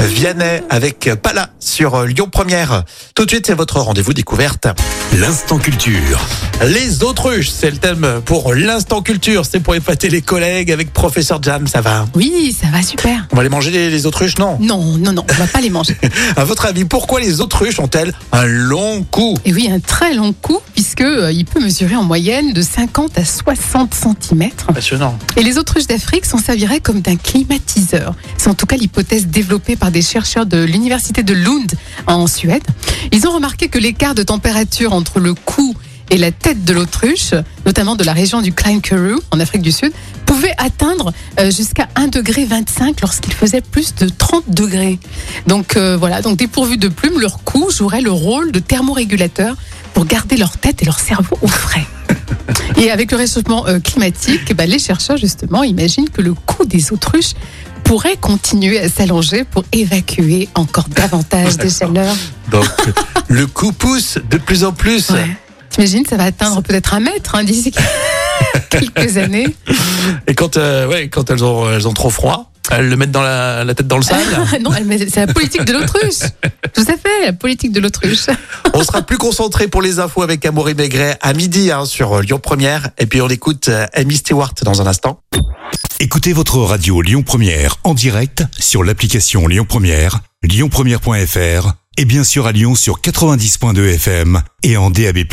Vianney avec Pala sur euh, Lyon Première. Tout de suite, c'est votre rendez-vous découverte. L'instant culture. Les autruches, c'est le thème pour l'instant culture. C'est pour épater les collègues avec professeur Jam, ça va. Oui, ça va super. On va les manger les, les autruches, non Non, non, non, on va pas les manger. À votre avis, pourquoi les autruches ont-elles un long cou Et oui, un très long cou, puisque euh, il peut mesurer en moyenne de 50 à 60 cm. Passionnant. Et les autruches d'Afrique s'en serviraient comme d'un climatiseur. C'est en tout cas l'hypothèse développée par des chercheurs de l'université de Lund en Suède. Ils ont remarqué que l'écart de température entre le cou et la tête de l'autruche, notamment de la région du Klein Kuru en Afrique du Sud, pouvait atteindre euh, jusqu'à 1,25 degré lorsqu'il faisait plus de 30 degrés. Donc euh, voilà, donc dépourvus de plumes, leur cou jouerait le rôle de thermorégulateur pour garder leur tête et leur cerveau au frais. Et avec le réchauffement euh, climatique, eh ben, les chercheurs justement imaginent que le cou des autruches pourrait continuer à s'allonger pour évacuer encore davantage de chaleur. Donc, le cou pousse de plus en plus. Ouais. T'imagines, ça va atteindre peut-être un mètre hein, d'ici quelques années. Et quand, euh, ouais, quand elles, ont, elles ont trop froid, elles le mettent dans la, la tête dans le sable. non, elle- mais c'est la politique de l'autruche. Tout à fait, la politique de l'autruche. On sera plus concentré pour les infos avec Amaury Maigret à midi hein, sur Lyon Première. Et puis on écoute euh, Amy Stewart dans un instant. Écoutez votre radio Lyon Première en direct sur l'application Lyon Première, lyonpremière.fr et bien sûr à Lyon sur 90.2 FM et en DAB+.